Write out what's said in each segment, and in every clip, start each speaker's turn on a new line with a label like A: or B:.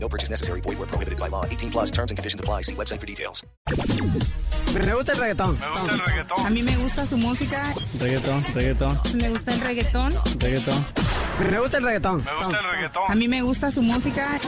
A: No purchase necessary. Void where prohibited by law. 18 plus terms and conditions apply. See website for details.
B: Me gusta el reggaetón.
C: Me gusta el reggaetón.
D: A mí me gusta su música,
B: Reggaetón, reggaetón,
D: me gusta el reggaetón.
B: reggaetón. Me gusta el reggaetón.
C: Me gusta el
D: A
C: reggaetón.
D: mí me gusta su música.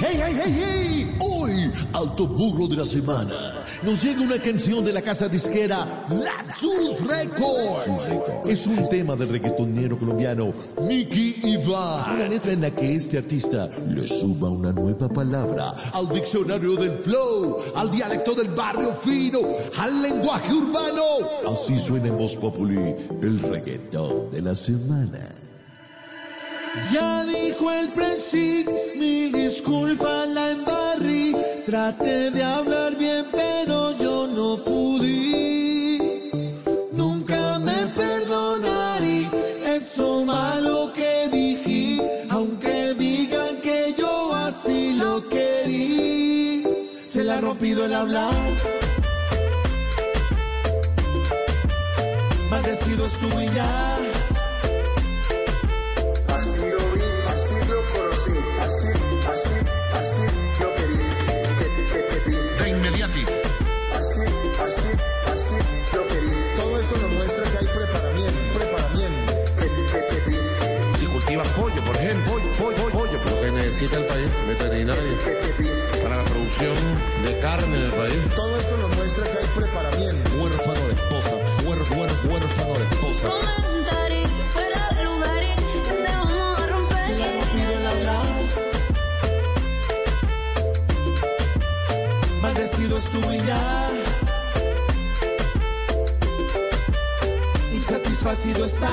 E: ¡Hey, hey, hey, hey! Hoy, Alto Burro de la Semana, nos llega una canción de la casa disquera Lapsus Records. Es un tema del reggaetonero colombiano Nicky Ivan. Una letra en la que este artista le suba una nueva palabra al diccionario del flow, al dialecto del barrio fino, al lenguaje urbano. Así suena en Voz Populi el reggaetón de la semana. Ya dijo el presid, mil disculpas la embarré. Traté de hablar bien, pero yo no pude. Nunca me perdonaré eso malo que dije, aunque digan que yo así lo querí. Se la ha rompido el hablar. Maldecido estuve y ya.
F: Así lo vi, así lo conocí, así, así, así lo querí, que, que, que vi.
E: De inmediati.
F: Así, así, así lo querí,
E: Todo esto nos muestra que hay preparamiento, preparamiento.
F: que, que, que vi,
G: Si cultivas pollo, por ejemplo, pollo, pollo, pollo, lo que necesita el país, veterinario,
F: que, que vi.
G: para la producción de carne en el país.
E: Todo esto nos muestra que hay preparamiento. Huérfano de esposa, huérfano, huérfano de esposa. Piden hablar. Maldecido estuve ya. Insatisfacido está.